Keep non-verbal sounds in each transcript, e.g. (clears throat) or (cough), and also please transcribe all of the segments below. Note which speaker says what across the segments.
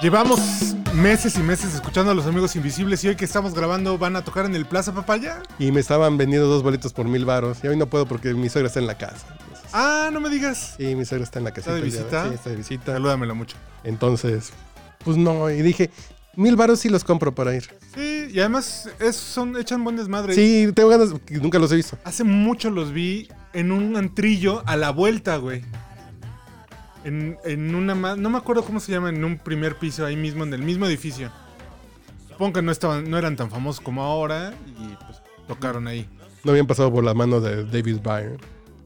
Speaker 1: Llevamos meses y meses escuchando a los amigos invisibles y hoy que estamos grabando van a tocar en el Plaza Papaya.
Speaker 2: Y me estaban vendiendo dos boletos por mil varos. Y hoy no puedo porque mi suegra está en la casa. Entonces,
Speaker 1: Ah, no me digas.
Speaker 2: sí, mi suegra está en la casa.
Speaker 1: ¿Está de visita?
Speaker 2: Sí, está de visita.
Speaker 1: Salúdamelo mucho.
Speaker 2: Entonces, pues no. Y dije, mil varos sí los compro para ir.
Speaker 1: Sí, y además es- son, echan buen desmadre.
Speaker 2: Sí, tengo ganas, que nunca los he visto.
Speaker 1: Hace mucho los vi en un antrillo a la vuelta, güey. En, en una ma- no me acuerdo cómo se llama, en un primer piso ahí mismo, en el mismo edificio. Supongo que no estaban, no eran tan famosos como ahora y pues tocaron ahí.
Speaker 2: No habían pasado por la mano de David Byrne.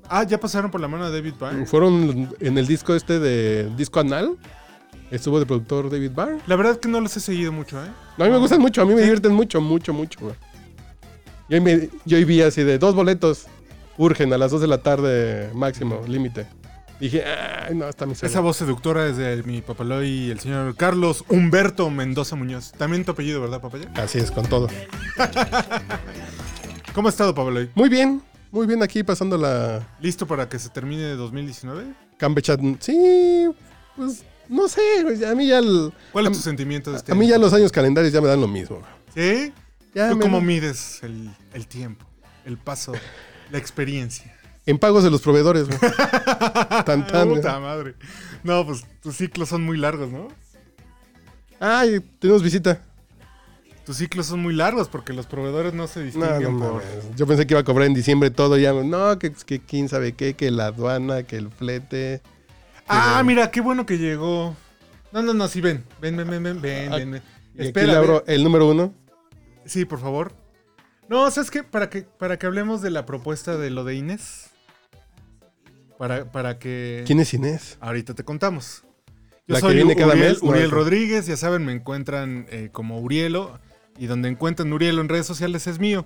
Speaker 1: Ah, ya pasaron por la mano de David Byrne.
Speaker 2: Fueron en el disco este de Disco Anal. Estuvo de productor David Byrne.
Speaker 1: La verdad que no los he seguido mucho, ¿eh?
Speaker 2: No, a mí me gustan mucho, a mí me divierten mucho, mucho, mucho, güey. Yo, hoy me- yo hoy vi así de dos boletos, urgen, a las 2 de la tarde máximo, límite. Dije, ay, no, está mi
Speaker 1: Esa
Speaker 2: suegra.
Speaker 1: voz seductora es de mi papaloy, el señor Carlos Humberto Mendoza Muñoz. También tu apellido, ¿verdad, papaya?
Speaker 2: Así es, con todo.
Speaker 1: ¿Cómo ha estado, papaloy?
Speaker 2: Muy bien, muy bien aquí pasando la
Speaker 1: ¿Listo para que se termine 2019?
Speaker 2: Campecha. Sí, pues, no sé, güey, a mí ya, el-
Speaker 1: ¿Cuál
Speaker 2: a,
Speaker 1: es tu sentimiento de este
Speaker 2: a mí ya los años calendarios ya me dan lo mismo. güey.
Speaker 1: ¿Sí?
Speaker 2: Ya
Speaker 1: ¿Tú
Speaker 2: me-
Speaker 1: cómo mides el, el tiempo, el paso, la
Speaker 2: (laughs)
Speaker 1: experiencia?
Speaker 2: En pagos de los proveedores,
Speaker 1: (laughs)
Speaker 2: güey. tan, tan, güey.
Speaker 1: Puta madre. No, pues tus ciclos son muy largos, ¿no?
Speaker 2: Ay, tenemos visita.
Speaker 1: Tus ciclos son muy largos porque los proveedores no se
Speaker 2: No, no
Speaker 1: distinguen por...
Speaker 2: mames. Yo pensé que iba a cobrar en diciembre todo. Ya, no, que, que quién sabe qué, que la aduana, que el flete.
Speaker 1: Ah, mira, qué bueno que llegó. No, no, no, sí, ven. Ven, ven, ven, ven, ven,
Speaker 2: Ah,
Speaker 1: ven, ven.
Speaker 2: Y aquí
Speaker 1: Espera,
Speaker 2: le
Speaker 1: ven.
Speaker 2: abro el número uno.
Speaker 1: Sí, por favor. No, ¿sabes qué? Para que, para que hablemos de la propuesta de lo de Inés. Para, para que...
Speaker 2: ¿Quién es Inés?
Speaker 1: Ahorita te contamos. Yo
Speaker 2: ¿La que
Speaker 1: soy
Speaker 2: viene cada
Speaker 1: Uriel,
Speaker 2: mes? No,
Speaker 1: Uriel
Speaker 2: esa.
Speaker 1: Rodríguez, ya saben, me encuentran eh, como Urielo. Y donde encuentran Urielo en redes sociales es mío.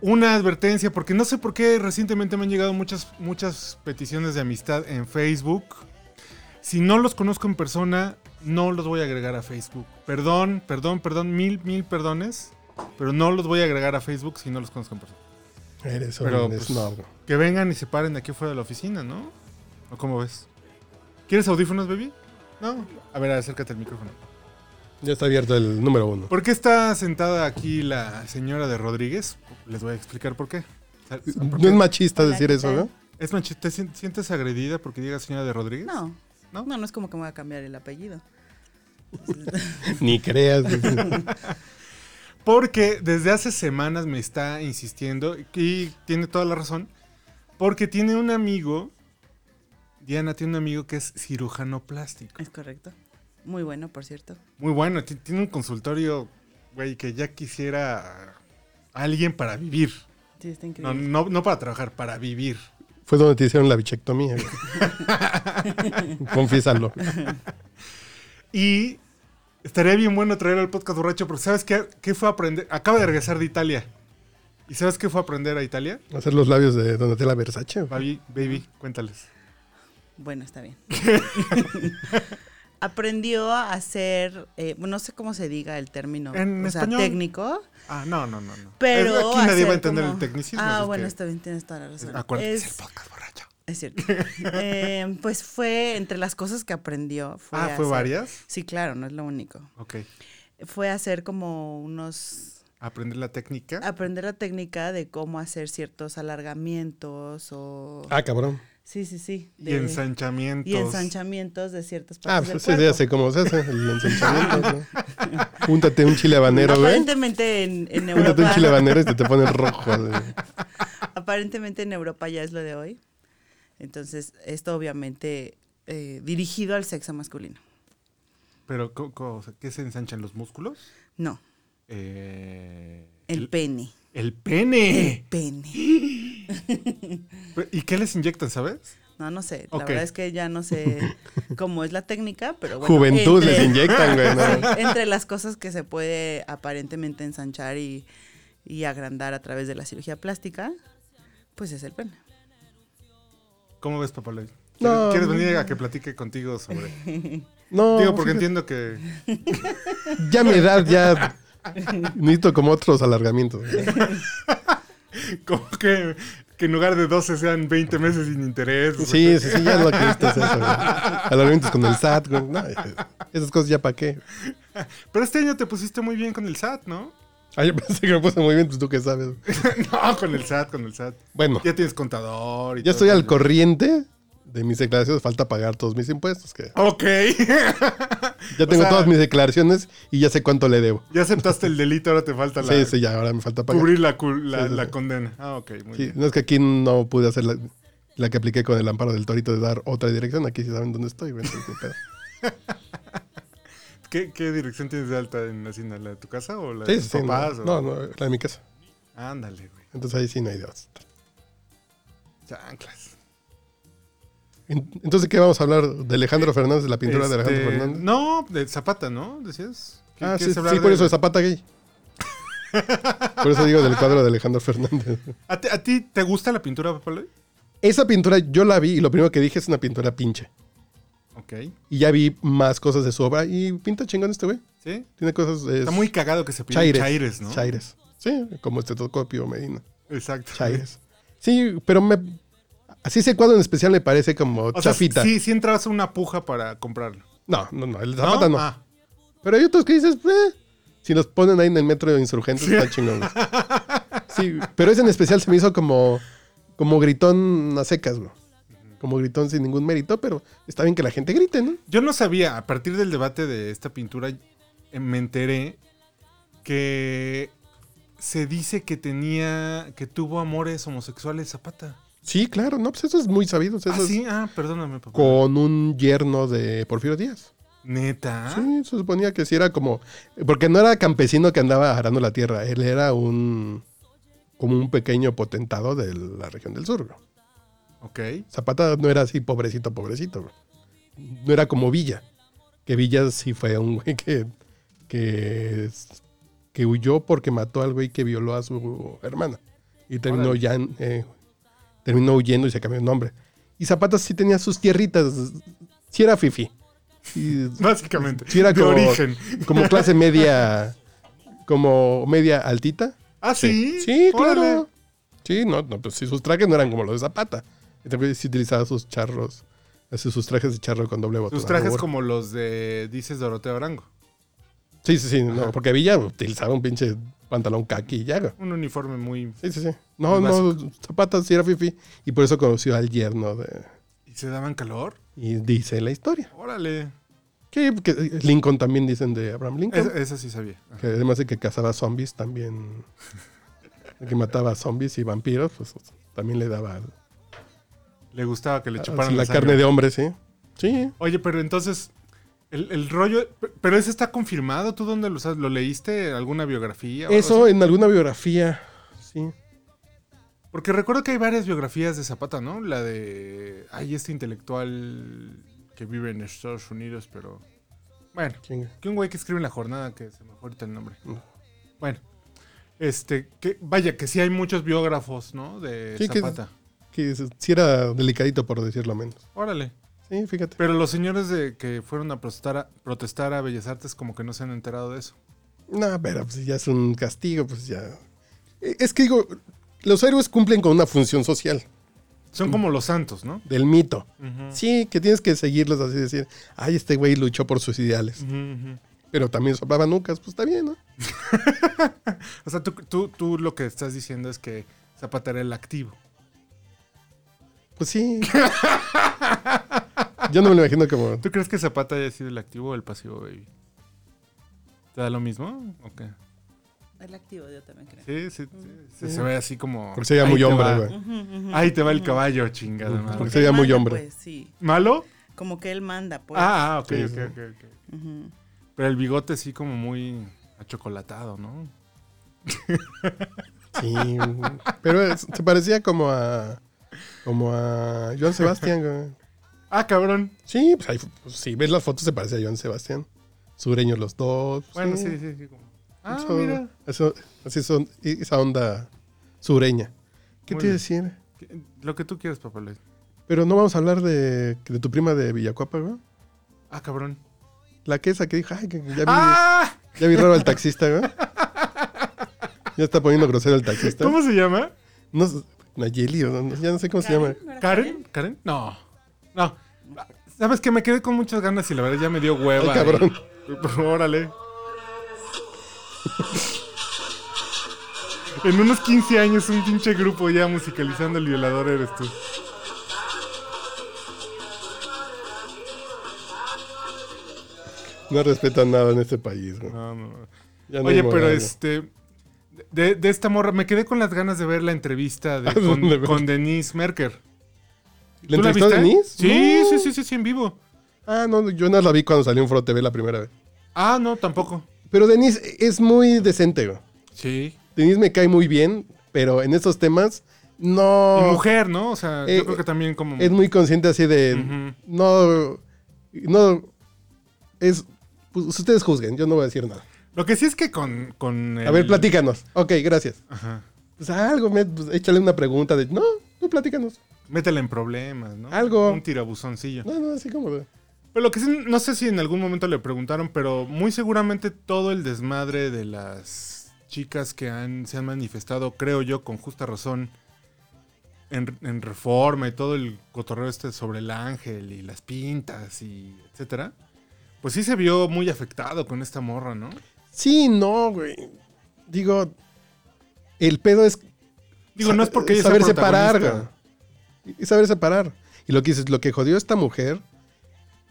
Speaker 1: Una advertencia, porque no sé por qué recientemente me han llegado muchas, muchas peticiones de amistad en Facebook. Si no los conozco en persona, no los voy a agregar a Facebook. Perdón, perdón, perdón, mil, mil perdones. Pero no los voy a agregar a Facebook si no los conozco en persona.
Speaker 2: Eres un
Speaker 1: Pero, pues,
Speaker 2: snob.
Speaker 1: Que vengan y se paren aquí fuera de la oficina, ¿no? ¿O cómo ves? ¿Quieres audífonos, baby? No. A ver, acércate al micrófono.
Speaker 2: Ya está abierto el número uno.
Speaker 1: ¿Por qué está sentada aquí la señora de Rodríguez? Les voy a explicar por qué. Sa- sa- por
Speaker 2: No es
Speaker 1: qué.
Speaker 2: machista
Speaker 3: Hola,
Speaker 2: decir
Speaker 3: ¿qué
Speaker 2: eso,
Speaker 3: tal?
Speaker 2: ¿no?
Speaker 1: Es manchi- ¿te sien- sientes agredida porque diga señora de Rodríguez?
Speaker 3: No.
Speaker 1: ¿No?
Speaker 3: No, no es como que me voy a cambiar el apellido.
Speaker 2: Ni creas.
Speaker 1: Porque desde hace semanas me está insistiendo y tiene toda la razón. Porque tiene un amigo, Diana tiene un amigo que es cirujano plástico.
Speaker 3: Es correcto. Muy bueno, por cierto.
Speaker 1: Muy bueno, ti- tiene un consultorio, güey, que ya quisiera alguien para vivir.
Speaker 3: Sí, está
Speaker 1: No,
Speaker 3: increíble.
Speaker 1: no, no para trabajar, para vivir.
Speaker 2: Fue donde te hicieron la
Speaker 3: (laughs)
Speaker 2: bichectomía. Confiésalo.
Speaker 1: Y estaría bien bueno traer al podcast borracho, porque ¿sabes qué, qué fue a aprender? Acaba de regresar de Italia. ¿Y sabes qué fue a aprender a Italia?
Speaker 2: Hacer los labios de Donatella Versace. güey.
Speaker 1: Baby, baby cuéntales.
Speaker 3: Bueno,
Speaker 1: (laughs)
Speaker 3: está bien. (laughs) Aprendió a hacer, eh, no sé cómo se diga el término,
Speaker 1: En
Speaker 3: o sea,
Speaker 1: español.
Speaker 3: técnico,
Speaker 1: Ah, no, no, no. no.
Speaker 3: pero
Speaker 1: Es- Aquí nadie
Speaker 3: hacer
Speaker 1: va a entender
Speaker 3: como-
Speaker 1: el tecnicismo.
Speaker 3: Ah,
Speaker 1: así
Speaker 3: bueno,
Speaker 1: que
Speaker 3: está bien, tienes toda la razón.
Speaker 1: Acuérdate, es...
Speaker 3: Es-
Speaker 1: el podcast borracho.
Speaker 3: Es cierto. (laughs) Eh, pues fue entre las cosas que aprendió. Fue
Speaker 1: ah, ¿fue
Speaker 3: hacer-
Speaker 1: varias?
Speaker 3: Sí, claro, no es lo único.
Speaker 1: Ok.
Speaker 3: Fue hacer como unos.
Speaker 1: Aprender la técnica.
Speaker 3: Aprender la técnica de cómo hacer ciertos alargamientos o.
Speaker 2: Ah, cabrón.
Speaker 3: Sí, sí, sí.
Speaker 1: y
Speaker 3: de-
Speaker 1: ensanchamientos.
Speaker 3: y ensanchamientos de ciertas
Speaker 2: Ah,
Speaker 3: partes.
Speaker 2: pues
Speaker 3: del
Speaker 2: sí, ya
Speaker 3: cuerpo.
Speaker 2: sé cómo se hace. El ensanchamiento. ¿no?
Speaker 3: (laughs)
Speaker 2: Júntate un chile habanero, güey.
Speaker 3: Aparentemente
Speaker 2: (laughs)
Speaker 3: en, en
Speaker 2: Júntate un
Speaker 3: Europa.
Speaker 2: chile habanero y te, te pones rojo. güey.
Speaker 3: (laughs) aparentemente en Europa ya es lo de hoy. Entonces, esto obviamente eh, dirigido al sexo masculino.
Speaker 1: Pero, co- co- o sea, ¿qué se ensanchan los músculos?
Speaker 3: No,
Speaker 1: Eh, (clears throat)
Speaker 3: el pene.
Speaker 1: el
Speaker 3: El
Speaker 1: pene.
Speaker 3: pene.
Speaker 1: Pero, ¿Y qué les inyectan, sabes?
Speaker 3: No, no sé. La
Speaker 1: Ok.
Speaker 3: verdad es que ya
Speaker 1: (laughs)
Speaker 3: no sé cómo es la técnica, pero bueno. este.
Speaker 2: Juventud
Speaker 3: entre-
Speaker 2: les inyectan, güey. ¿no?
Speaker 3: (laughs) Sí, entre las cosas que se puede aparentemente ensanchar y, y agrandar a través de la cirugía plástica, pues es el pene.
Speaker 1: ¿Cómo ves, Papá Ley? ¿Quieres,
Speaker 2: No,
Speaker 1: quieres
Speaker 2: no,
Speaker 1: venir a que platique contigo sobre...?
Speaker 2: (laughs) No,
Speaker 1: Digo, porque
Speaker 2: fíjate,
Speaker 1: entiendo que...
Speaker 2: ya mi edad ya necesito como otros alargamientos.
Speaker 1: Como que, que en lugar de 12 sean 20 meses sin interés. güey.
Speaker 2: Sí, sí, sí, ya lo que necesito es eso. güey. Alargamientos con el SAT, güey. No, esas cosas ya para qué.
Speaker 1: Pero este año te pusiste muy bien con el SAT, ¿no? (laughs)
Speaker 2: Ah, yo pensé que me puse muy bien, pues tú qué sabes.
Speaker 1: no, con el SAT, con el SAT.
Speaker 2: Bueno,
Speaker 1: Ya tienes contador y todo
Speaker 2: ya estoy al
Speaker 1: eso.
Speaker 2: corriente de mis declaraciones. Falta pagar todos mis impuestos. Que
Speaker 1: Ok. (laughs)
Speaker 2: ya
Speaker 1: O
Speaker 2: tengo
Speaker 1: sea,
Speaker 2: todas mis declaraciones y ya sé cuánto le debo.
Speaker 1: Ya aceptaste el delito, ahora te falta la,
Speaker 2: Sí, sí, ya ahora me falta pagar.
Speaker 1: cubrir la, cul- la,
Speaker 2: Sí, sí,
Speaker 1: la
Speaker 2: sí.
Speaker 1: condena. Ah, ok, muy
Speaker 2: Sí,
Speaker 1: bien.
Speaker 2: no es que aquí no pude hacer la, la que apliqué con el amparo del torito de dar otra dirección. Aquí sí saben dónde estoy. güey, entonces, qué pedo.
Speaker 1: ¿Qué, qué dirección tienes de alta en la cena? ¿La de tu casa o la de
Speaker 2: Sí,
Speaker 1: tus
Speaker 2: sí, sí,
Speaker 1: papás?
Speaker 2: no,
Speaker 1: o-
Speaker 2: no, no, la de mi casa.
Speaker 1: Ándale, güey.
Speaker 2: Entonces ahí sí no hay dudas.
Speaker 1: Chanclas.
Speaker 2: En- Entonces, ¿qué vamos a hablar? ¿De Alejandro Fernández? ¿De la pintura de
Speaker 1: Este,
Speaker 2: Alejandro Fernández?
Speaker 1: No, de Zapata, ¿no? Decías. ¿Qué-
Speaker 2: ah, sí,
Speaker 1: quieres
Speaker 2: sí,
Speaker 1: hablar
Speaker 2: por
Speaker 1: de-
Speaker 2: eso de Zapata Gay.
Speaker 1: (laughs)
Speaker 2: por eso digo del cuadro de Alejandro Fernández.
Speaker 1: ¿A, ti- a ti te gusta la pintura, Papá Eloy?
Speaker 2: Esa pintura yo la vi y lo primero que dije es una pintura pinche.
Speaker 1: Ok.
Speaker 2: Y ya vi más cosas de su obra y pinta chingón este güey.
Speaker 1: ¿Sí?
Speaker 2: Tiene cosas... es-
Speaker 1: Está muy cagado que se pide
Speaker 2: chaires,
Speaker 1: chaires, ¿no?
Speaker 2: chaires. Sí, como este Tocopio Medina.
Speaker 1: (laughs) Exacto.
Speaker 2: Chaires. Sí, pero me... Así ese cuadro en especial me parece como
Speaker 1: O sea,
Speaker 2: chafita.
Speaker 1: sí, sí entrabas a una puja para comprarlo.
Speaker 2: No, no, no, el de Zapata no.
Speaker 1: Ah,
Speaker 2: Pero hay otros que dices, "Eh, si los ponen ahí en el metro de insurgentes, está chingón. güey". Sí, pero ese en especial se me hizo como, como gritón a secas, güey. Como gritón sin ningún mérito, pero está bien que la gente grite, ¿no?
Speaker 1: Yo no sabía, a partir del debate de esta pintura, eh, me enteré que se dice que tenía, que tuvo amores homosexuales Zapata.
Speaker 2: Sí, claro, no, pues eso es muy sabido. o sea,
Speaker 1: Ah,
Speaker 2: eso es
Speaker 1: sí, ah, perdóname, papá.
Speaker 2: con un yerno de Porfirio Díaz.
Speaker 1: Neta.
Speaker 2: Sí, se suponía que sí era como. Porque no era campesino que andaba arando la tierra, él era un. como un pequeño potentado de la región del sur, güey.
Speaker 1: Ok. (laughs)
Speaker 2: Zapata no era así pobrecito, pobrecito. bro. No era como Villa. Que Villa sí fue un güey que, que, que huyó porque mató al güey que violó a su hermana. Y terminó,
Speaker 1: Órale.
Speaker 2: ya, en- eh, terminó huyendo y se cambió el nombre. Y Zapata sí tenía sus tierritas. Sí era fifi. Sí,
Speaker 1: (laughs) Básicamente.
Speaker 2: sí era
Speaker 1: de
Speaker 2: como,
Speaker 1: origen.
Speaker 2: como
Speaker 1: (laughs)
Speaker 2: clase media. Como media altita.
Speaker 1: Ah, sí.
Speaker 2: Sí,
Speaker 1: Órale.
Speaker 2: claro. Sí, no, no, pues sí, sus trajes no eran como los de Zapata. Y También sí utilizaba sus charros, así, sus trajes de charro con doble botón.
Speaker 1: Sus trajes
Speaker 2: Bueno,
Speaker 1: como los de, dices, Doroteo Arango.
Speaker 2: Sí, sí, sí, no, porque Villa utilizaba un pinche pantalón kaki y ya. güey.
Speaker 1: Un uniforme muy...
Speaker 2: Sí, sí, sí. No,
Speaker 1: Muy
Speaker 2: no, Zapata sí era fifi y por eso conoció al yerno de...
Speaker 1: ¿Y se daban calor?
Speaker 2: Y dice la historia.
Speaker 1: Órale.
Speaker 2: Que, que Lincoln también dicen de Abraham Lincoln.
Speaker 1: Es- eso sí sabía.
Speaker 2: Que además de que cazaba zombies también. de que mataba zombies y vampiros, pues también le daba
Speaker 1: Le gustaba que le
Speaker 2: la,
Speaker 1: chuparan la, sangre.
Speaker 2: carne de hombre, Ah, sí. Sí.
Speaker 1: Oye, pero entonces, el, el rollo. Pero ese está confirmado. ¿Tú dónde lo sabes? ¿Lo leíste? ¿Alguna biografía? o algo
Speaker 2: Eso
Speaker 1: así?
Speaker 2: en alguna biografía, sí.
Speaker 1: Porque recuerdo que hay varias biografías de Zapata, ¿no? La de. Hay este intelectual que vive en Estados Unidos, pero. Bueno,
Speaker 2: ¿Quién?
Speaker 1: que un güey que escribe en la jornada que se me fue ahorita el nombre.
Speaker 2: Mm.
Speaker 1: Bueno, este. que Vaya, que sí hay muchos biógrafos, ¿no? De
Speaker 2: Sí, que-
Speaker 1: Zapata.
Speaker 2: Que si era delicadito por decirlo menos.
Speaker 1: Órale.
Speaker 2: Sí, fíjate.
Speaker 1: Pero los señores de que fueron a protestar, a protestar a Bellas Artes, como que no se han enterado de eso.
Speaker 2: No, pero pues ya es un castigo, pues ya. Eh, Es que digo, los héroes cumplen con una función social Mm.
Speaker 1: Son como los santos, ¿no?
Speaker 2: del mito.
Speaker 1: Ujú.
Speaker 2: Sí, que tienes que seguirlos así decir, ay, este güey luchó por sus ideales.
Speaker 1: Ujú, ujú.
Speaker 2: Pero también soplaba nucas, pues está bien, ¿no?
Speaker 1: O sea, tú, tú, tú lo que estás diciendo es que Zapata era el activo.
Speaker 2: Pues sí. Yo no me lo imagino como.
Speaker 1: ¿Tú crees que Zapata haya sido el activo o el pasivo, baby? ¿Te da lo mismo? ¿O qué?
Speaker 3: El activo yo también creo.
Speaker 1: Sí, sí, sí. Se, se ve así como...
Speaker 2: Porque sería
Speaker 1: "Ahí
Speaker 2: muy
Speaker 1: te
Speaker 2: hombre,
Speaker 1: va".
Speaker 2: güey.
Speaker 1: Ahí te va el caballo, chingada madre.
Speaker 2: Porque sería
Speaker 3: Él
Speaker 2: muy
Speaker 3: manda,
Speaker 2: hombre.
Speaker 3: Pues, sí,
Speaker 1: ¿Malo?
Speaker 3: como que él manda, pues.
Speaker 1: Ah, ah, ok,
Speaker 2: Sí,
Speaker 1: ok,
Speaker 2: sí.
Speaker 1: ok. ok. Pero el bigote sí como muy achocolatado, ¿no?
Speaker 2: Sí. Pero es- se parecía como a. Como a Joan Sebastián, güey.
Speaker 1: Ah, cabrón.
Speaker 2: Sí, pues, ahí, pues, si ves las fotos se parece a Joan Sebastián. Sureños los dos.
Speaker 1: Bueno, sí, sí, sí. como- Ah,
Speaker 2: Eso-
Speaker 1: mira.
Speaker 2: eso- así son, y- esa onda sureña. ¿Qué
Speaker 1: Muy
Speaker 2: te iba a
Speaker 1: bien.
Speaker 2: decir?
Speaker 1: Que- Lo que tú quieras, papalé.
Speaker 2: Pero no vamos a hablar de, de tu prima de Villacuapa, güey.
Speaker 1: Ah, cabrón.
Speaker 2: La que esa que dijo, ay, que ya vi,
Speaker 1: ¡Ah!
Speaker 2: ya vi raro al taxista, güey. Ya está poniendo grosero al taxista.
Speaker 1: ¿Cómo se llama?
Speaker 2: No sé, Nayeli, o no- ya no sé cómo se llama.
Speaker 3: Karen, ¿no era
Speaker 1: ¿Karen? ¿Karen? No. No. ¿Sabes que Me quedé con muchas ganas y la verdad ya me dio hueva.
Speaker 2: Ay, cabrón.
Speaker 1: Y- (laughs) Órale. En unos 15 años un pinche grupo ya musicalizando el violador eres tú.
Speaker 2: No respetan nada en este país, güey.
Speaker 1: No, no, no.
Speaker 2: Ya no hay
Speaker 1: Oye, pero
Speaker 2: moral, güey.
Speaker 1: este... De, de esta morra, me quedé con las ganas de ver la entrevista de-
Speaker 2: ¿A (laughs)
Speaker 1: con,
Speaker 2: dónde ver?
Speaker 1: con Denise Merker.
Speaker 2: ¿La
Speaker 1: ¿Tú la
Speaker 2: entrevistó
Speaker 1: viste?
Speaker 2: Denise?
Speaker 1: Sí,
Speaker 2: No.
Speaker 1: sí, sí, sí, sí, en vivo.
Speaker 2: Ah, no, yo nada la vi cuando salió en Foro TV la primera vez.
Speaker 1: Ah, no, tampoco.
Speaker 2: Pero Denise es muy decente, güey.
Speaker 1: Sí.
Speaker 2: Denise me cae muy bien, pero en estos temas
Speaker 1: Y
Speaker 2: no.
Speaker 1: mujer, ¿no? O sea,
Speaker 2: Oh. Eh,
Speaker 1: yo creo que también como...
Speaker 2: Es muy consciente así de.
Speaker 1: Ujú.
Speaker 2: No. No. Es. pues, ustedes juzguen, yo no voy a decir nada.
Speaker 1: Lo que sí es que con. con
Speaker 2: A
Speaker 1: el-
Speaker 2: ver, platícanos. Ok, gracias.
Speaker 1: Ajá.
Speaker 2: Pues algo, me- pues, échale una pregunta de. No, tú platícanos.
Speaker 1: Métela en problemas, ¿no?
Speaker 2: Algo.
Speaker 1: Un tirabuzoncillo.
Speaker 2: No, no, así como. de-
Speaker 1: Pero lo que sí, no sé si en algún momento le preguntaron, pero muy seguramente todo el desmadre de las chicas que han, se han manifestado, creo yo, con justa razón, en, en reforma y todo el cotorreo este sobre el ángel y las pintas y etcétera, pues sí se vio muy afectado con esta morra, ¿no?
Speaker 2: Sí, no, güey. Digo. El pedo es
Speaker 1: Digo, no es porque ella sea
Speaker 2: saber separar,
Speaker 1: protagonista.
Speaker 2: güey. Y saber separar. Y lo que dices, lo que jodió a esta mujer,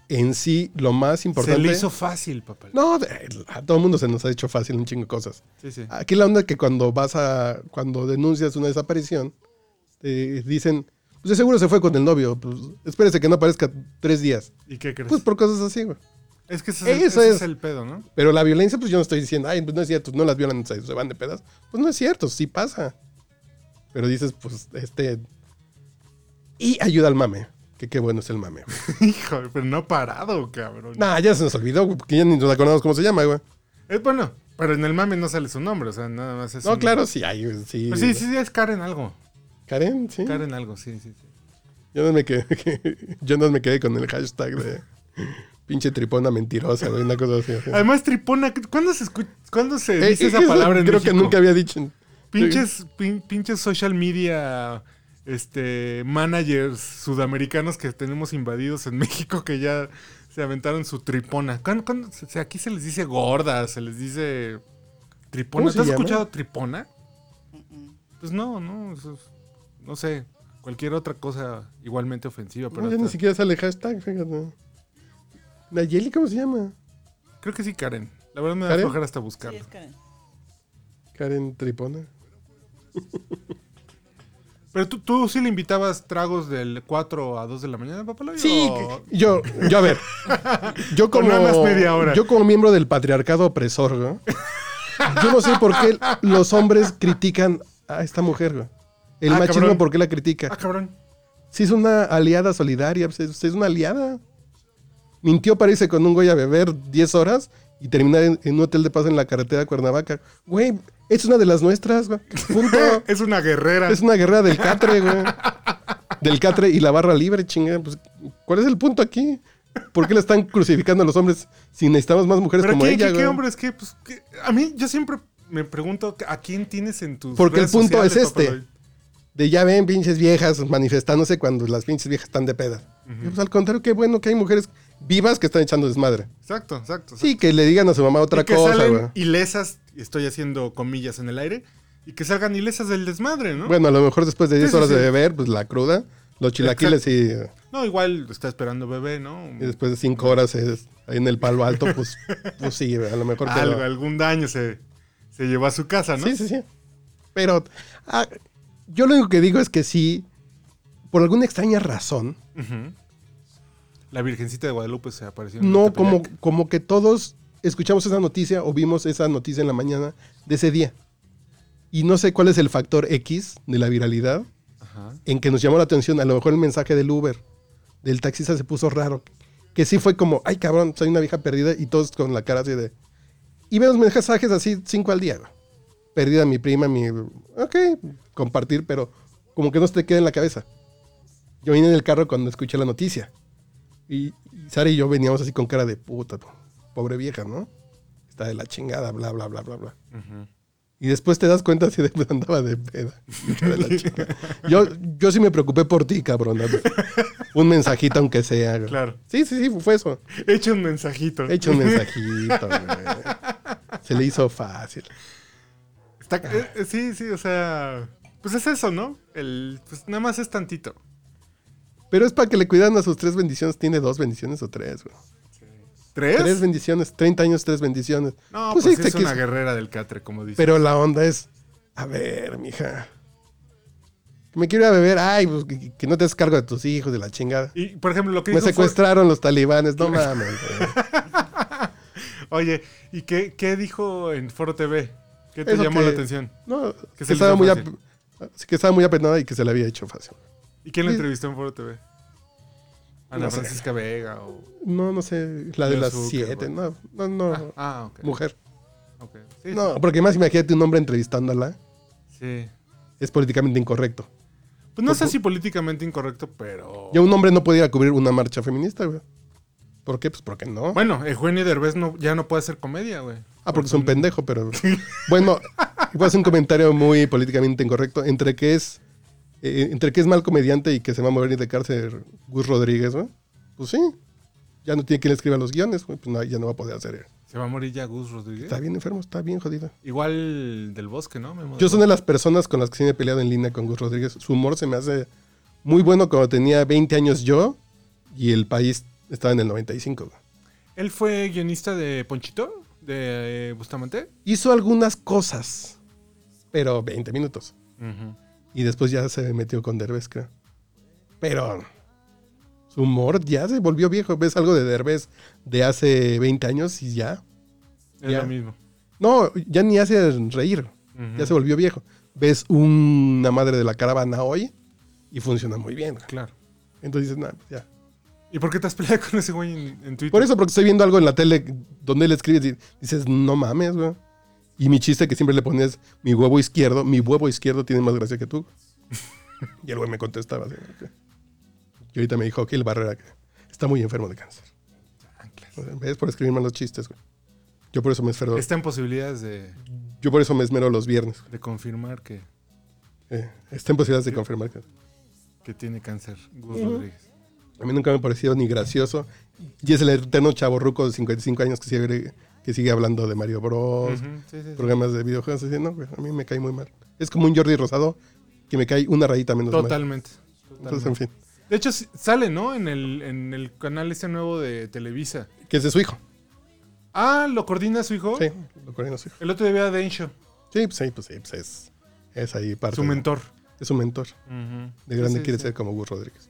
Speaker 2: en sí, lo más
Speaker 1: Se
Speaker 2: importante.
Speaker 1: le hizo fácil, papá.
Speaker 2: No, de- a todo el mundo se nos ha hecho fácil un chingo de cosas.
Speaker 1: Sí, sí.
Speaker 2: Aquí la onda es que cuando vas a. cuando denuncias una desaparición, te dicen. Pues de seguro se fue con el novio. Pues espérese que no aparezca tres días.
Speaker 1: ¿Y qué crees?
Speaker 2: Pues por cosas así, güey.
Speaker 1: Es que ese, es el-
Speaker 2: Eso
Speaker 1: ese
Speaker 2: es.
Speaker 1: es el pedo, ¿no?
Speaker 2: Pero la violencia, pues yo no estoy diciendo, ay, pues no es cierto, no las violan, se, se van de pedas. Pues no es cierto, sí pasa. Pero dices, pues, este. Y ayuda al mame. Que qué bueno es el mame.
Speaker 1: (laughs)
Speaker 2: güey.
Speaker 1: Hijo, pero no ha parado, cabrón.
Speaker 2: nah, ya se nos olvidó, güey, porque ya ni nos acordamos cómo se llama, güey.
Speaker 1: Es bueno, pero en el mame no sale su nombre, o sea, nada más es.
Speaker 2: No,
Speaker 1: un-
Speaker 2: claro, sí, hay, güey, sí.
Speaker 1: Pero sí, sí, sí, es Karen algo.
Speaker 2: Karen, sí.
Speaker 1: Karen algo, sí, sí. sí.
Speaker 2: Yo no me quedé, (laughs) yo no me quedé con el hashtag de pinche tripona mentirosa, güey, una cosa así. así.
Speaker 1: Además, tripona, ¿cuándo se, escu- ¿cuándo se
Speaker 2: Eh,
Speaker 1: Ah, dice
Speaker 2: eh,
Speaker 1: esa
Speaker 2: eso
Speaker 1: palabra en
Speaker 2: Creo que
Speaker 1: México?
Speaker 2: nunca había dicho.
Speaker 1: Pinches, pin- pinches social media este, managers sudamericanos que tenemos invadidos en (laughs) México que ya se aventaron su tripona. ¿Cuándo- cuándo- o sea, aquí se les dice gorda, se les dice tripona.
Speaker 2: ¿Cómo se
Speaker 1: ¿Tú has
Speaker 2: llama?
Speaker 1: escuchado tripona? Pues no, no, eso es- no sé. Cualquier otra cosa igualmente ofensiva, pero
Speaker 2: No, ya ni
Speaker 1: hasta-
Speaker 2: siquiera sale hashtag, fíjate. Nayeli, ¿cómo se llama?
Speaker 1: creo que sí, Karen. La verdad me va a
Speaker 2: ¿Karen?
Speaker 1: aflojar hasta
Speaker 3: Sí,
Speaker 1: buscarlo.
Speaker 3: es Karen.
Speaker 2: Karen Tripona.
Speaker 1: Pero tú, tú sí le invitabas tragos del 4 a 2 de la mañana, papá. Loy,
Speaker 2: Sí,
Speaker 1: o-
Speaker 2: yo, yo
Speaker 1: (laughs)
Speaker 2: a ver. Yo como,
Speaker 1: nada más media hora.
Speaker 2: yo como miembro del patriarcado opresor, ¿no? Yo no sé por qué los hombres critican a esta mujer, güey. El
Speaker 1: Ah,
Speaker 2: machismo,
Speaker 1: cabrón.
Speaker 2: ¿por qué la critica?
Speaker 1: Ah, cabrón.
Speaker 2: Si es una aliada solidaria, pues, es es una aliada. Mintió para irse con un güey a beber 10 horas y terminar en, en un hotel de paso en la carretera de Cuernavaca. Güey, es una de las nuestras, güey.
Speaker 1: (laughs)
Speaker 2: Punto.
Speaker 1: Es una guerrera.
Speaker 2: es una guerra del catre, güey. Del catre y la barra libre, chinga. Pues, ¿cuál es el punto aquí? ¿Por qué la están crucificando a los hombres si necesitamos más mujeres
Speaker 1: Pero
Speaker 2: como
Speaker 1: ¿qué,
Speaker 2: ella,
Speaker 1: qué- qué
Speaker 2: güey?
Speaker 1: hombres que pues qué- a mí yo siempre me pregunto a quién tienes en tus
Speaker 2: Porque el
Speaker 1: redes
Speaker 2: punto
Speaker 1: sociales,
Speaker 2: es este.
Speaker 1: Papaloy?
Speaker 2: De ya ven pinches viejas manifestándose cuando las pinches viejas están de peda. Y, pues, al contrario, qué bueno que hay mujeres vivas que están echando desmadre.
Speaker 1: Exacto, exacto.
Speaker 2: Sí, que le digan a su mamá
Speaker 1: exacto.
Speaker 2: otra
Speaker 1: Y que
Speaker 2: cosa,
Speaker 1: salen
Speaker 2: güey.
Speaker 1: ilesas, y estoy haciendo comillas en el aire, y que salgan ilesas del desmadre, ¿no?
Speaker 2: Bueno, a lo mejor después de
Speaker 1: Sí,
Speaker 2: 10
Speaker 1: sí,
Speaker 2: horas
Speaker 1: sí.
Speaker 2: de beber, pues la cruda, los chilaquiles y,
Speaker 1: No, igual está esperando bebé, ¿no?
Speaker 2: y después de 5 horas es- ahí en el palo alto, pues, pues sí, a lo mejor.
Speaker 1: Algo,
Speaker 2: pero-
Speaker 1: algún daño se, se llevó a su casa, ¿no?
Speaker 2: Sí, sí, sí. Pero ah, yo lo único que digo es que sí, por alguna extraña razón,
Speaker 1: Ujú. La Virgencita de Guadalupe se apareció. en
Speaker 2: no
Speaker 1: Ecatepec.
Speaker 2: como, como que todos escuchamos esa noticia o vimos esa noticia en la mañana de ese día. Y no sé cuál es el factor X de la viralidad
Speaker 1: Ajá.
Speaker 2: en que nos llamó la atención, a lo mejor el mensaje del Uber, del taxista se puso raro. Que sí fue como, ay cabrón, soy una vieja perdida y todos con la cara así de... Y vemos mensajes así cinco al día. güey. Perdida mi prima, mi... Ok, compartir, pero como que no se te queda en la cabeza. Yo vine en el carro cuando escuché la noticia. Y y Sara y yo veníamos así con cara de puta, pobre vieja, ¿no? Está de la chingada, bla, bla, bla, bla, bla.
Speaker 1: Ujú.
Speaker 2: Y después te das cuenta si de, andaba de peda. Hijo de la chingada. yo, yo sí me preocupé por ti, cabrón. Un mensajito aunque sea. güey.
Speaker 1: Claro.
Speaker 2: Sí, sí, sí, fue eso.
Speaker 1: Echa un mensajito.
Speaker 2: Echa un mensajito, güey. Se le hizo fácil.
Speaker 1: Está- eh, eh, sí, sí, o sea. Pues es eso, ¿no? El, pues nada más es tantito.
Speaker 2: Pero es para que le cuidan a sus tres bendiciones. Tiene dos bendiciones o tres, güey.
Speaker 1: ¿Tres?
Speaker 2: Tres bendiciones, 30 años, tres bendiciones.
Speaker 1: No, pues, sí,
Speaker 2: te
Speaker 1: es una
Speaker 2: quiso-
Speaker 1: guerrera del catre, como dice.
Speaker 2: este Pero la onda es, a ver, mija. Me quiero ir a beber. Ay, pues, que, que no te descargo de tus hijos, de la chingada.
Speaker 1: y, por ejemplo, lo que
Speaker 2: Me
Speaker 1: dijo fue-
Speaker 2: secuestraron los talibanes, no mames. güey.
Speaker 1: (laughs) Oye, ¿y qué, qué dijo en Foro TV? ¿Qué te
Speaker 2: Eso
Speaker 1: llamó
Speaker 2: que-
Speaker 1: la atención?
Speaker 2: No,
Speaker 1: Que
Speaker 2: que,
Speaker 1: se le
Speaker 2: estaba
Speaker 1: hizo
Speaker 2: muy
Speaker 1: fácil.
Speaker 2: ap- sí, que estaba muy apenada y que se le había hecho fácil.
Speaker 1: ¿Y quién la
Speaker 2: Sí.
Speaker 1: entrevistó en Foro TV? Ana
Speaker 2: No sé.
Speaker 1: Francisca Vega o...
Speaker 2: No, no sé, la
Speaker 1: Y
Speaker 2: de
Speaker 1: a
Speaker 2: las
Speaker 1: su-
Speaker 2: siete, no, no, no,
Speaker 1: Ah, ah, ok.
Speaker 2: mujer.
Speaker 1: ok. Sí,
Speaker 2: No, porque más imagínate un hombre entrevistándola,
Speaker 1: sí.
Speaker 2: es políticamente incorrecto.
Speaker 1: Pues no sé si políticamente incorrecto, pero...
Speaker 2: Ya un hombre no puede ir a cubrir una marcha feminista, güey. ¿Por qué? Pues porque no.
Speaker 1: Bueno, Eugenio Derbez no, ya no puede hacer comedia, güey.
Speaker 2: Ah, porque es un pendejo, pero.
Speaker 1: (laughs)
Speaker 2: Bueno, igual es un comentario muy políticamente incorrecto. Entre que es. eh, entre que es mal comediante y que se va a mover de cárcel Gus Rodríguez, ¿no? Pues sí. Ya no tiene quien le escriba los guiones, güey, pues no, ya no va a poder hacer.
Speaker 1: Se va a morir ya Gus Rodríguez.
Speaker 2: Está bien enfermo, está bien jodido.
Speaker 1: Igual del bosque, ¿no? Memo del
Speaker 2: Yo
Speaker 1: Bosque.
Speaker 2: soy una de las personas con las que sí me he peleado en línea con Gus Rodríguez. Su humor se me hace muy bueno cuando tenía 20 años yo y el país estaba en el 95. güey.
Speaker 1: ¿Él fue guionista de Ponchito? ¿De eh, Bustamante?
Speaker 2: Hizo algunas cosas, pero 20 minutos. Y después ya se metió con Derbez, creo. Pero su humor ya se volvió viejo. Ves algo de Derbez de hace 20 años y ya.
Speaker 1: Es
Speaker 2: Ya.
Speaker 1: lo mismo.
Speaker 2: No, ya ni hace reír.
Speaker 1: Ujú.
Speaker 2: Ya se volvió viejo. Ves una madre de la caravana hoy y funciona muy bien.
Speaker 1: Claro.
Speaker 2: Entonces dices, nada, ya.
Speaker 1: ¿Y por qué te has peleado (laughs) con ese güey en, en Twitter?
Speaker 2: Por eso, porque estoy viendo algo en la tele donde él escribe y dices, no mames, güey. Y mi chiste que siempre le ponías, mi huevo izquierdo, mi huevo izquierdo tiene más gracia que tú. (laughs) y el güey me contestaba. así, ok. Y ahorita me dijo que el Barrera que está muy enfermo de cáncer.
Speaker 1: Ah, claro.
Speaker 2: O sea, ¿Ves? Por escribir malos chistes, güey. Yo por eso me esmero,
Speaker 1: Está en posibilidades de,
Speaker 2: yo por eso me esmero los viernes.
Speaker 1: de confirmar que,
Speaker 2: Eh, está en posibilidades de confirmar que
Speaker 1: que tiene cáncer Gus
Speaker 2: Ujú.
Speaker 1: Rodríguez.
Speaker 2: a mí nunca me ha parecido ni gracioso. Y es el eterno chaborruco de 55 años que sigue, que sigue hablando de Mario Bros.
Speaker 1: Ujú, sí, sí, sí.
Speaker 2: programas de videojuegos. Así, no, güey, a mí me cae muy mal. Es como un Jordi Rosado que me cae una rayita menos mal.
Speaker 1: Totalmente.
Speaker 2: Entonces, en
Speaker 1: totalmente.
Speaker 2: fin,
Speaker 1: De hecho, sí- sale, ¿no? En el, en el canal este nuevo de Televisa.
Speaker 2: que es de su hijo.
Speaker 1: Ah, ¿lo coordina su hijo?
Speaker 2: Sí, lo coordina su hijo.
Speaker 1: El otro día vi a Densho,
Speaker 2: Sí, pues sí, pues sí, pues es, es ahí parte.
Speaker 1: su
Speaker 2: de-
Speaker 1: mentor.
Speaker 2: es su mentor. De grande quiere ser como Gus Rodríguez.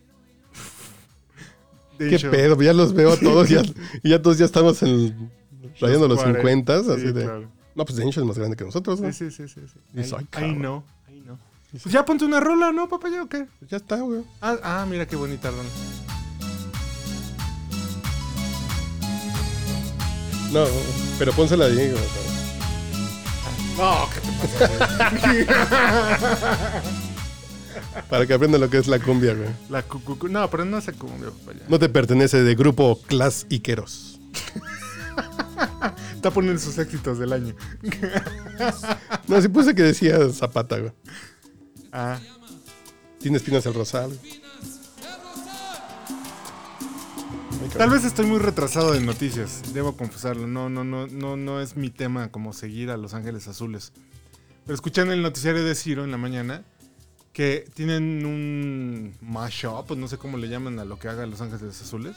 Speaker 2: Qué pedo, ya los veo a
Speaker 1: (laughs)
Speaker 2: todos. ya, y ya todos ya estamos en, rayando los 50. Así de, No, pues Dencho es más grande que nosotros. ¿no?
Speaker 1: Sí, sí, sí, sí. sí.
Speaker 2: Y soy
Speaker 1: Ahí, ahí
Speaker 2: cabrón.
Speaker 1: no, ahí no. Pues ya ponte una rola, ¿no, papaya, o qué?
Speaker 2: Ya está, güey.
Speaker 1: Ah, ah, mira qué bonita rola.
Speaker 2: No, pero pónsela ahí, güey.
Speaker 1: No, ¿qué te
Speaker 2: (laughs) Para que aprenda lo que es la cumbia, güey.
Speaker 1: La cucucu. No, pero no se cumbia, papaya.
Speaker 2: No te pertenece de grupo Clas Iqueros.
Speaker 1: Está poniendo sus éxitos del año.
Speaker 2: No, sí puse que decía Zapata, güey.
Speaker 1: Ah,
Speaker 2: Tiene espinas el rosal.
Speaker 1: tal vez estoy muy retrasado de noticias, debo confesarlo. No, no, no, no, no es mi tema como seguir a Los Ángeles Azules. Pero escuché en el noticiario de Ciro en la mañana que tienen un mashup, o no sé cómo le llaman a lo que haga Los Ángeles Azules,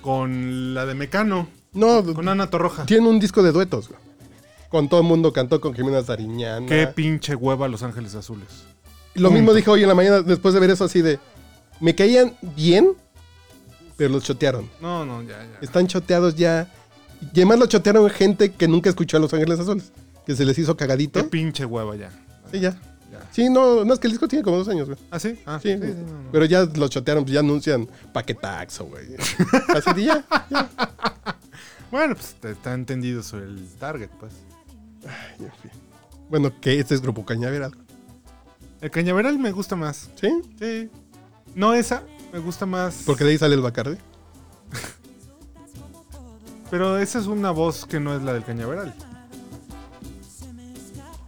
Speaker 1: con la de Mecano,
Speaker 2: No,
Speaker 1: con Ana Torroja.
Speaker 2: tiene un disco de duetos, güey. Con todo el mundo cantó con Jimena Sariñana.
Speaker 1: Qué pinche hueva Los Ángeles Azules.
Speaker 2: Lo mismo
Speaker 1: punto.
Speaker 2: dije hoy en la mañana después de ver eso así de... Me caían bien, pero los chotearon.
Speaker 1: No, no, ya, ya.
Speaker 2: Están choteados ya. Y además los chotearon gente que nunca escuchó a Los Ángeles Azules. Que se les hizo
Speaker 1: Qué
Speaker 2: cagadito.
Speaker 1: pinche hueva ya.
Speaker 2: Sí, ya. Sí, no, no, es que el disco tiene como dos años, güey.
Speaker 1: ¿Ah, sí? Ah,
Speaker 2: Sí,
Speaker 1: sí, no, no.
Speaker 2: pero ya lo chotearon, pues ya anuncian
Speaker 1: (laughs)
Speaker 2: paquetaxo, güey. Así de ya, ya.
Speaker 1: Bueno, pues te- está entendido sobre el target, pues.
Speaker 2: Ay, en fin. Bueno, que este es Grupo Cañaveral,
Speaker 1: El cañaveral me gusta más.
Speaker 2: ¿sí?
Speaker 1: Sí. No esa, me gusta más.
Speaker 2: Porque de ahí sale el Bacardi.
Speaker 1: Pero esa es una voz que no es la del cañaveral.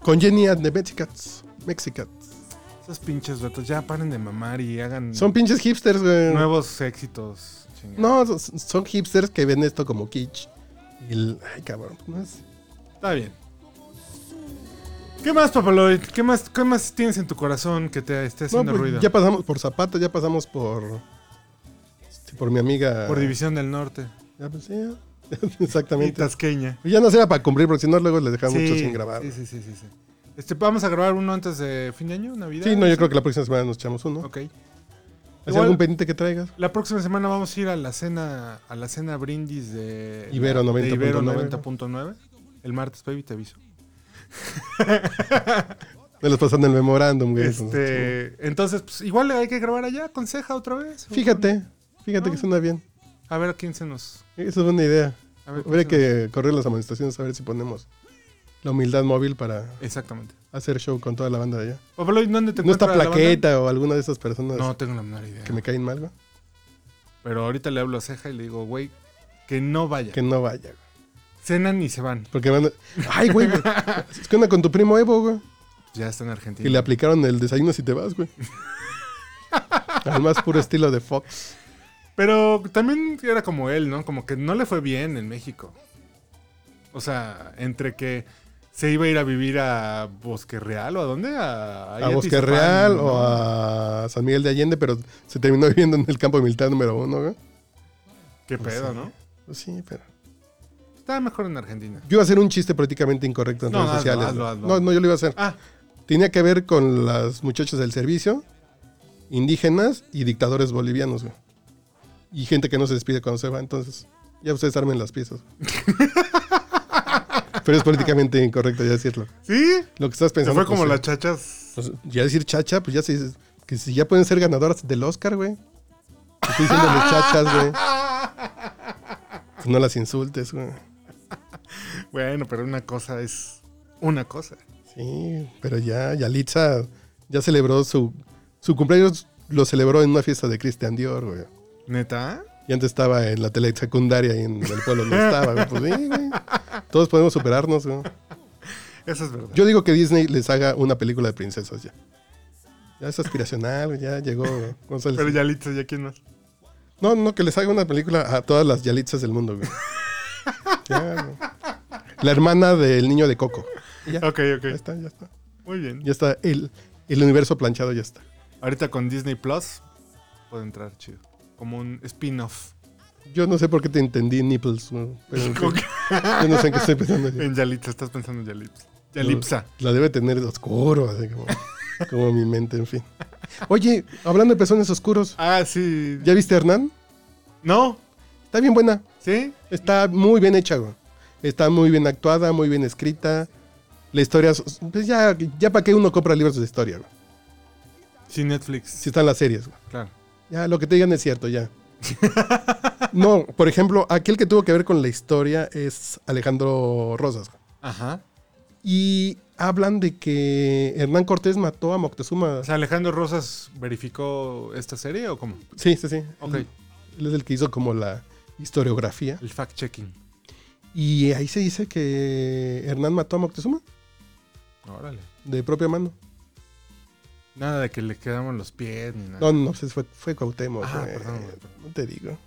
Speaker 2: Con Jenny and the Mexicats. Mexicats.
Speaker 1: Esos pinches vatos ya paren de mamar y hagan
Speaker 2: Son pinches hipsters, güey.
Speaker 1: nuevos éxitos. chingada.
Speaker 2: No, son- son hipsters que ven esto como kitsch. Y el- ay, cabrón. No es-
Speaker 1: Está bien. ¿Qué más, Papaloid? ¿Qué más, ¿Qué más tienes en tu corazón que te esté
Speaker 2: No,
Speaker 1: haciendo
Speaker 2: pues,
Speaker 1: ruido?
Speaker 2: ya pasamos por Zapata, ya pasamos por. este, por mi amiga.
Speaker 1: Por División del Norte.
Speaker 2: Ya, (laughs) pues, sí,
Speaker 1: Y
Speaker 2: exactamente.
Speaker 1: Tasqueña.
Speaker 2: Ya no será para cumplir, porque si no, luego les dejamos mucho
Speaker 1: Sí,
Speaker 2: sin grabar.
Speaker 1: Sí,
Speaker 2: Sí,
Speaker 1: sí, sí, sí, sí. Este, ¿Vamos a grabar uno antes de fin de año, Navidad?
Speaker 2: no, yo creo que la próxima semana nos echamos uno.
Speaker 1: Ok.
Speaker 2: ¿Hace
Speaker 1: Igual-
Speaker 2: algún pendiente que traigas?
Speaker 1: La próxima semana vamos a ir a la cena, a la cena brindis de
Speaker 2: Ibero
Speaker 1: de
Speaker 2: 90.9.
Speaker 1: Ibero 90.9. El martes, baby, te aviso.
Speaker 2: Me los pasan el memorándum, güey.
Speaker 1: Este, entonces, pues, igual hay que grabar allá con ceja otra vez.
Speaker 2: Fíjate, fíjate que
Speaker 1: No.
Speaker 2: suena bien.
Speaker 1: A ver a quién se nos.
Speaker 2: Esa es una idea.
Speaker 1: a ver
Speaker 2: Habría
Speaker 1: quién se
Speaker 2: que correr las amonestaciones a ver si ponemos la humildad móvil para
Speaker 1: nos- Exactamente.
Speaker 2: hacer show con toda la banda de allá.
Speaker 1: Papaloid, ¿dónde te
Speaker 2: ¿No está
Speaker 1: encuentra la banda?
Speaker 2: Plaqueta o alguna de esas personas
Speaker 1: No tengo la menor idea.
Speaker 2: que me caen mal, güey?
Speaker 1: Pero ahorita le hablo a Ceja y le digo, güey, que no vaya.
Speaker 2: Que no vaya, güey.
Speaker 1: Cenan y se van.
Speaker 2: Porque van a- ¡Ay, güey! güey! Es que onda con tu primo Evo, güey.
Speaker 1: Ya está en
Speaker 2: Que
Speaker 1: Argentina.
Speaker 2: le aplicaron el desayuno si te vas, güey. Al más puro estilo de Fox.
Speaker 1: Pero también era como él, ¿no? Como que no le fue bien en México. O sea, entre que se iba a ir a vivir a Bosque Real o a dónde? A, ahí
Speaker 2: a Bosque
Speaker 1: Atizapán,
Speaker 2: Real
Speaker 1: ¿no?
Speaker 2: o a San Miguel de Allende, pero se terminó (laughs) viviendo en el campo militar número uno, güey.
Speaker 1: Qué pedo,
Speaker 2: sí.
Speaker 1: ¿no?
Speaker 2: Pues sí, pero...
Speaker 1: Estaba mejor en Argentina.
Speaker 2: Yo iba a hacer un chiste prácticamente incorrecto en
Speaker 1: No,
Speaker 2: redes
Speaker 1: hazlo,
Speaker 2: sociales.
Speaker 1: hazlo,
Speaker 2: ¿no?
Speaker 1: hazlo.
Speaker 2: No, no, yo lo iba a hacer.
Speaker 1: Ah,
Speaker 2: Tenía que ver con las muchachas del servicio, indígenas y dictadores bolivianos, güey. Y gente que no se despide cuando se va, entonces ya ustedes armen
Speaker 1: (laughs)
Speaker 2: las piezas. Pero es políticamente incorrecto ya decirlo.
Speaker 1: ¿sí?
Speaker 2: Lo que estás
Speaker 1: Se
Speaker 2: pensando.
Speaker 1: fue como
Speaker 2: pues,
Speaker 1: las
Speaker 2: sí.
Speaker 1: chachas.
Speaker 2: Pues, ya decir chacha, pues ya se dice que si ya pueden ser ganadoras del Oscar, güey. Te Estoy diciendo las
Speaker 1: (laughs)
Speaker 2: chachas, güey. Pues no las insultes, güey.
Speaker 1: Bueno, pero una cosa es una cosa.
Speaker 2: Sí, pero ya Yalitza ya celebró su, su cumpleaños, lo celebró en una fiesta de Christian Dior, güey.
Speaker 1: ¿Neta?
Speaker 2: Y antes estaba en la tele secundaria y en el pueblo no estaba, güey. Pues sí, güey. Todos podemos superarnos, güey.
Speaker 1: Eso es verdad.
Speaker 2: Yo digo que Disney les haga una película de princesas ya. Ya es aspiracional, güey, ya llegó güey. González.
Speaker 1: pero ya listo, ya quién más.
Speaker 2: No, no, que les haga una película a todas las Yalitzas del mundo, güey. Ya, güey. La hermana del niño de Coco. Y ya,
Speaker 1: Ok,
Speaker 2: ya
Speaker 1: ok.
Speaker 2: está, ya está.
Speaker 1: Muy bien.
Speaker 2: Ya está, el, el universo planchado ya está.
Speaker 1: Ahorita con Disney Plus puede entrar chido. Como un spin-off.
Speaker 2: Yo no sé por qué te entendí nipples, güey, pero en fin,
Speaker 1: ¿Con qué?
Speaker 2: yo no sé en qué estoy pensando. yo.
Speaker 1: En Yalitza, estás pensando en Yalitza. Yalitza.
Speaker 2: La debe tener de oscuro, así como, como mi mente, en fin. Oye, hablando de personas oscuros,
Speaker 1: Ah, sí.
Speaker 2: ¿ya viste a Hernán?
Speaker 1: ¿No?
Speaker 2: Está bien buena,
Speaker 1: ¿Sí?
Speaker 2: está muy bien hecha, güey. Está muy bien actuada, muy bien escrita. La historia, es- pues ya, ya para qué uno compra libros de historia, güey.
Speaker 1: Sí, Netflix.
Speaker 2: Si están las series, güey.
Speaker 1: Claro.
Speaker 2: Ya, lo que te digan es cierto, ya. No, por ejemplo, aquel que tuvo que ver con la historia es Alejandro Rosas, güey.
Speaker 1: Ajá.
Speaker 2: Y hablan de que Hernán Cortés mató a Moctezuma.
Speaker 1: O sea, Alejandro Rosas verificó esta serie o cómo?
Speaker 2: Sí, sí, sí.
Speaker 1: Ok.
Speaker 2: Él es el que hizo como la historiografía.
Speaker 1: El fact-checking.
Speaker 2: Y ahí se dice que Hernán mató a Moctezuma
Speaker 1: Órale.
Speaker 2: de propia mano.
Speaker 1: Nada de que le quedamos los pies ni nada.
Speaker 2: No, no, pues fue, fue Cuauhtémoc.
Speaker 1: Ah,
Speaker 2: güey.
Speaker 1: perdón, güey, perdón.
Speaker 2: No te digo.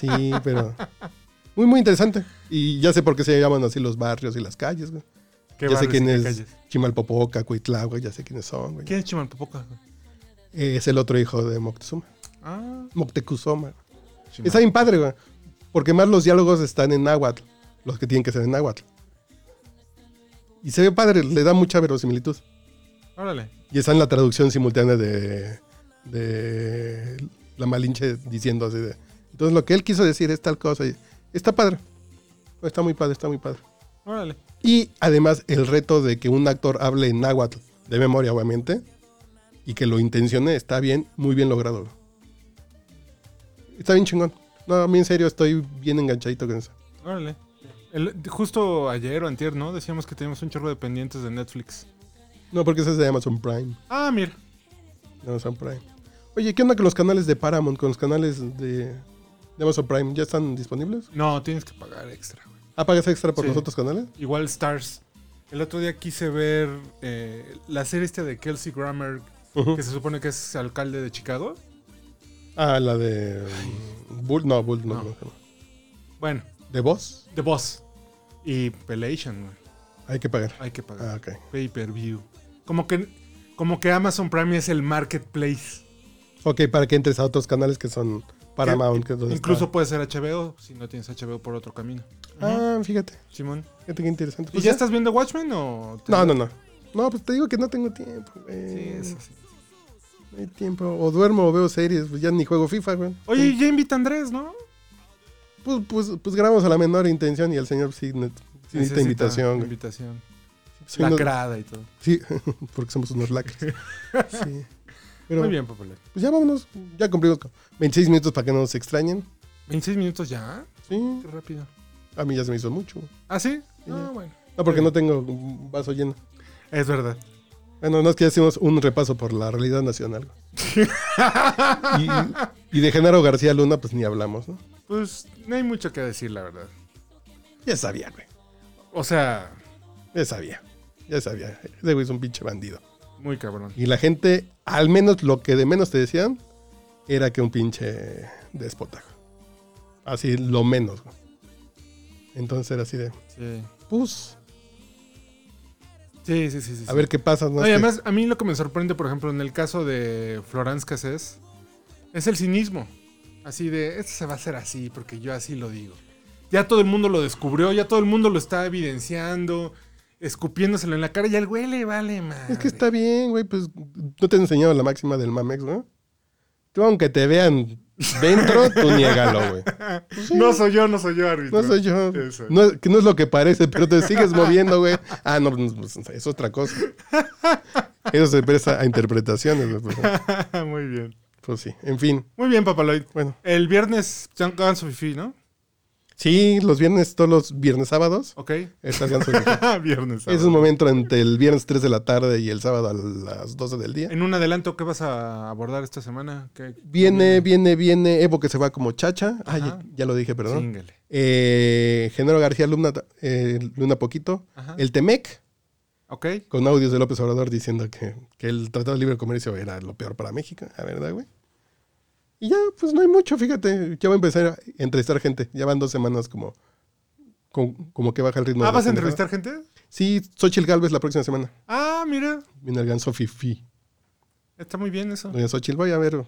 Speaker 2: Sí, pero... Muy, muy interesante. Y ya sé por qué se llaman así los barrios y las calles, güey.
Speaker 1: ¿Qué
Speaker 2: ya sé
Speaker 1: barrios
Speaker 2: quién
Speaker 1: y qué
Speaker 2: es
Speaker 1: calles?
Speaker 2: Chimalpopoca, Cuitlagua, ya sé quiénes son, güey.
Speaker 1: ¿Quién es Chimalpopoca?
Speaker 2: Es el otro hijo de Moctezuma.
Speaker 1: Ah,
Speaker 2: Moctezuma.
Speaker 1: Chimal.
Speaker 2: Está bien padre, güey. Porque más los diálogos están en náhuatl. Los que tienen que ser en náhuatl. Y se ve padre, le da mucha verosimilitud.
Speaker 1: Órale.
Speaker 2: Y está en la traducción simultánea de, de la Malinche diciendo así de. Entonces lo que él quiso decir es tal cosa. y- está padre. No, Está muy padre, está muy padre.
Speaker 1: Órale.
Speaker 2: Y además el reto de que un actor hable en náhuatl de memoria, obviamente, y que lo intencione, está bien, muy bien logrado. güey. Está bien chingón. No, a mí en serio estoy bien enganchadito con eso.
Speaker 1: Órale. El- justo ayer o antier, ¿no? Decíamos que teníamos un chorro de pendientes de Netflix.
Speaker 2: No, porque eso es de Amazon Prime.
Speaker 1: Ah, mira.
Speaker 2: de Amazon Prime. Oye, ¿qué onda con los canales de Paramount, con los canales de, de Amazon Prime? ¿Ya están disponibles?
Speaker 1: No, tienes que pagar extra, güey.
Speaker 2: ¿Ah, pagas extra por
Speaker 1: Sí.
Speaker 2: los otros canales?
Speaker 1: Igual Stars. El otro día quise ver eh, la serie esta de Kelsey Grammer,
Speaker 2: Ujú.
Speaker 1: que se supone que es alcalde de Chicago.
Speaker 2: Ah, la de... um, Bull, no, Bull, no.
Speaker 1: No.
Speaker 2: no.
Speaker 1: Bueno,
Speaker 2: ¿De Boss?
Speaker 1: The Boss. Y Pelation, güey.
Speaker 2: Hay que pagar.
Speaker 1: Hay que pagar.
Speaker 2: Ah, ok.
Speaker 1: Pay per view. Como que, como que Amazon Prime es el marketplace.
Speaker 2: Ok, para que entres a otros canales que son Paramount. Que es donde
Speaker 1: Incluso
Speaker 2: está.
Speaker 1: puede ser HBO, si no tienes HBO por otro camino.
Speaker 2: Ah, fíjate.
Speaker 1: Simón.
Speaker 2: Fíjate qué interesante.
Speaker 1: ¿Y
Speaker 2: Pues
Speaker 1: ya
Speaker 2: ya.
Speaker 1: estás viendo Watchmen o...? te-
Speaker 2: No, no, Eh. no. No, pues te digo que no tengo tiempo, güey.
Speaker 1: Sí, eso sí.
Speaker 2: No hay tiempo. O duermo o veo series. Pues ya ni juego FIFA, güey.
Speaker 1: Oye, ya invita a Andrés, ¿no?
Speaker 2: Pues, pues, pues grabamos a la menor intención y el señor sí, ne- sí necesita
Speaker 1: Necesita
Speaker 2: invitación, güey.
Speaker 1: Invitación.
Speaker 2: Sí,
Speaker 1: La
Speaker 2: no-
Speaker 1: crada y todo.
Speaker 2: Sí, (laughs) porque somos unos lacras.
Speaker 1: (laughs)
Speaker 2: Sí. Pero,
Speaker 1: Muy bien, Popole.
Speaker 2: pues ya vámonos. Ya cumplimos con 26 minutos para que no nos extrañen.
Speaker 1: 26 minutos ya.
Speaker 2: Sí,
Speaker 1: Qué rápido.
Speaker 2: a mí ya se me hizo mucho.
Speaker 1: ¿Ah, sí?
Speaker 2: Sí.
Speaker 1: Ah, bueno.
Speaker 2: No, porque
Speaker 1: Sí.
Speaker 2: no tengo un vaso lleno.
Speaker 1: Es verdad.
Speaker 2: Bueno, no es que ya hicimos un repaso por la realidad (laughs) nacional. Y, y de Genaro García Luna, pues ni hablamos, ¿no?
Speaker 1: Pues no hay mucho que decir, la verdad.
Speaker 2: Ya sabía, güey.
Speaker 1: O sea,
Speaker 2: Ya sabía. Ya sabía. Ese güey es un pinche bandido.
Speaker 1: muy cabrón.
Speaker 2: Y la gente, al menos lo que de menos te decían, era que un pinche déspota. güey. Así, lo menos. güey. Entonces era así de,
Speaker 1: Sí,
Speaker 2: pues,
Speaker 1: sí, sí, sí. sí,
Speaker 2: a
Speaker 1: sí.
Speaker 2: ver qué pasa.
Speaker 1: No,
Speaker 2: ¿no?
Speaker 1: y
Speaker 2: Es que-
Speaker 1: además, a mí lo que me sorprende, por ejemplo, en el caso de Florence Cassés, es el cinismo. Así de, esto se va a hacer así, porque yo así lo digo. Ya todo el mundo lo descubrió, ya todo el mundo lo está evidenciando, escupiéndoselo en la cara, y al güey le vale, man.
Speaker 2: es que está bien, güey, pues, no te han enseñado la máxima del Mamex, ¿no? Tú, aunque te vean dentro, tú niégalo, güey.
Speaker 1: No soy yo, no soy yo, árbitro.
Speaker 2: No soy yo.
Speaker 1: Eso.
Speaker 2: No, es- que no es lo que parece, pero te sigues moviendo, güey. Ah, no, pues, pues, es otra cosa. Eso se presta a interpretaciones, güey. Pues,
Speaker 1: (laughs) Muy bien.
Speaker 2: pues sí, en fin.
Speaker 1: Muy bien, Papaloid.
Speaker 2: Bueno,
Speaker 1: El viernes, Jan Ganso Fifi, ¿no?
Speaker 2: Sí, los viernes, todos los viernes sábados.
Speaker 1: Ok. (laughs) Ah,
Speaker 2: Estás ganso de Vigil.
Speaker 1: viernes.
Speaker 2: es
Speaker 1: sábado.
Speaker 2: un momento entre el viernes 3 de la tarde y el sábado a las 12 del día.
Speaker 1: En un adelanto, ¿qué vas a abordar esta semana? ¿Qué-
Speaker 2: Viene, viene, viene Evo que se va como chacha. Ay,
Speaker 1: Ajá.
Speaker 2: ya lo dije, perdón.
Speaker 1: Chíngale.
Speaker 2: Eh, Genaro García Luna, eh, Luna Poquito.
Speaker 1: Ajá.
Speaker 2: El Temec,
Speaker 1: Ok.
Speaker 2: con audios de López Obrador diciendo que, que el Tratado de Libre Comercio era lo peor para México. La verdad, güey. Y ya, pues no hay mucho, fíjate. Ya voy a empezar a entrevistar gente. Ya van dos semanas como, como, como que baja el ritmo.
Speaker 1: ah,
Speaker 2: de la
Speaker 1: ¿vas a
Speaker 2: pendejada.
Speaker 1: entrevistar gente?
Speaker 2: Sí, Xochitl Galvez la próxima semana.
Speaker 1: Ah, mira.
Speaker 2: Viene el ganso Fifi.
Speaker 1: Está muy bien eso.
Speaker 2: Doña Xochitl, voy a ver.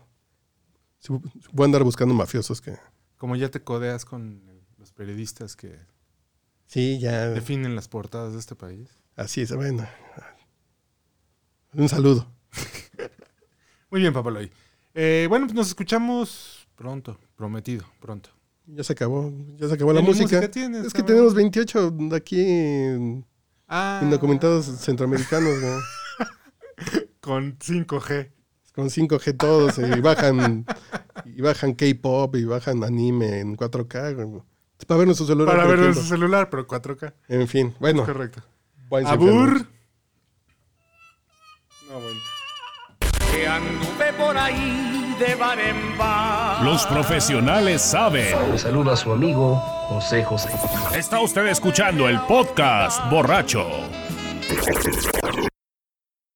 Speaker 2: si- Voy a andar buscando mafiosos que.
Speaker 1: Como ya te codeas con los periodistas que
Speaker 2: Sí, ya.
Speaker 1: definen las portadas de este país.
Speaker 2: Así es, bueno. Un saludo.
Speaker 1: Muy bien, Papaloy. Eh, bueno, pues nos escuchamos pronto, prometido, pronto.
Speaker 2: Ya se acabó. Ya se acabó la
Speaker 1: ¿Qué
Speaker 2: música.
Speaker 1: tienes,
Speaker 2: es que
Speaker 1: cabrón?
Speaker 2: tenemos 28 de aquí en-
Speaker 1: Ah,
Speaker 2: indocumentados centroamericanos, güey.
Speaker 1: Con 5G.
Speaker 2: Con 5G todos y bajan. Y bajan K-pop y bajan anime en 4K. güey. Es Para ver nuestro celular.
Speaker 1: Para
Speaker 2: por
Speaker 1: verlo en su
Speaker 2: ejemplo.
Speaker 1: celular, pero 4K.
Speaker 2: En fin, bueno.
Speaker 1: Correcto.
Speaker 2: váyanse enfermos.
Speaker 1: Abur. No, bueno.
Speaker 4: que anduve por ahí de bar en bar.
Speaker 5: Los profesionales saben.
Speaker 6: Le saluda su amigo José José.
Speaker 5: Está usted escuchando el podcast borracho.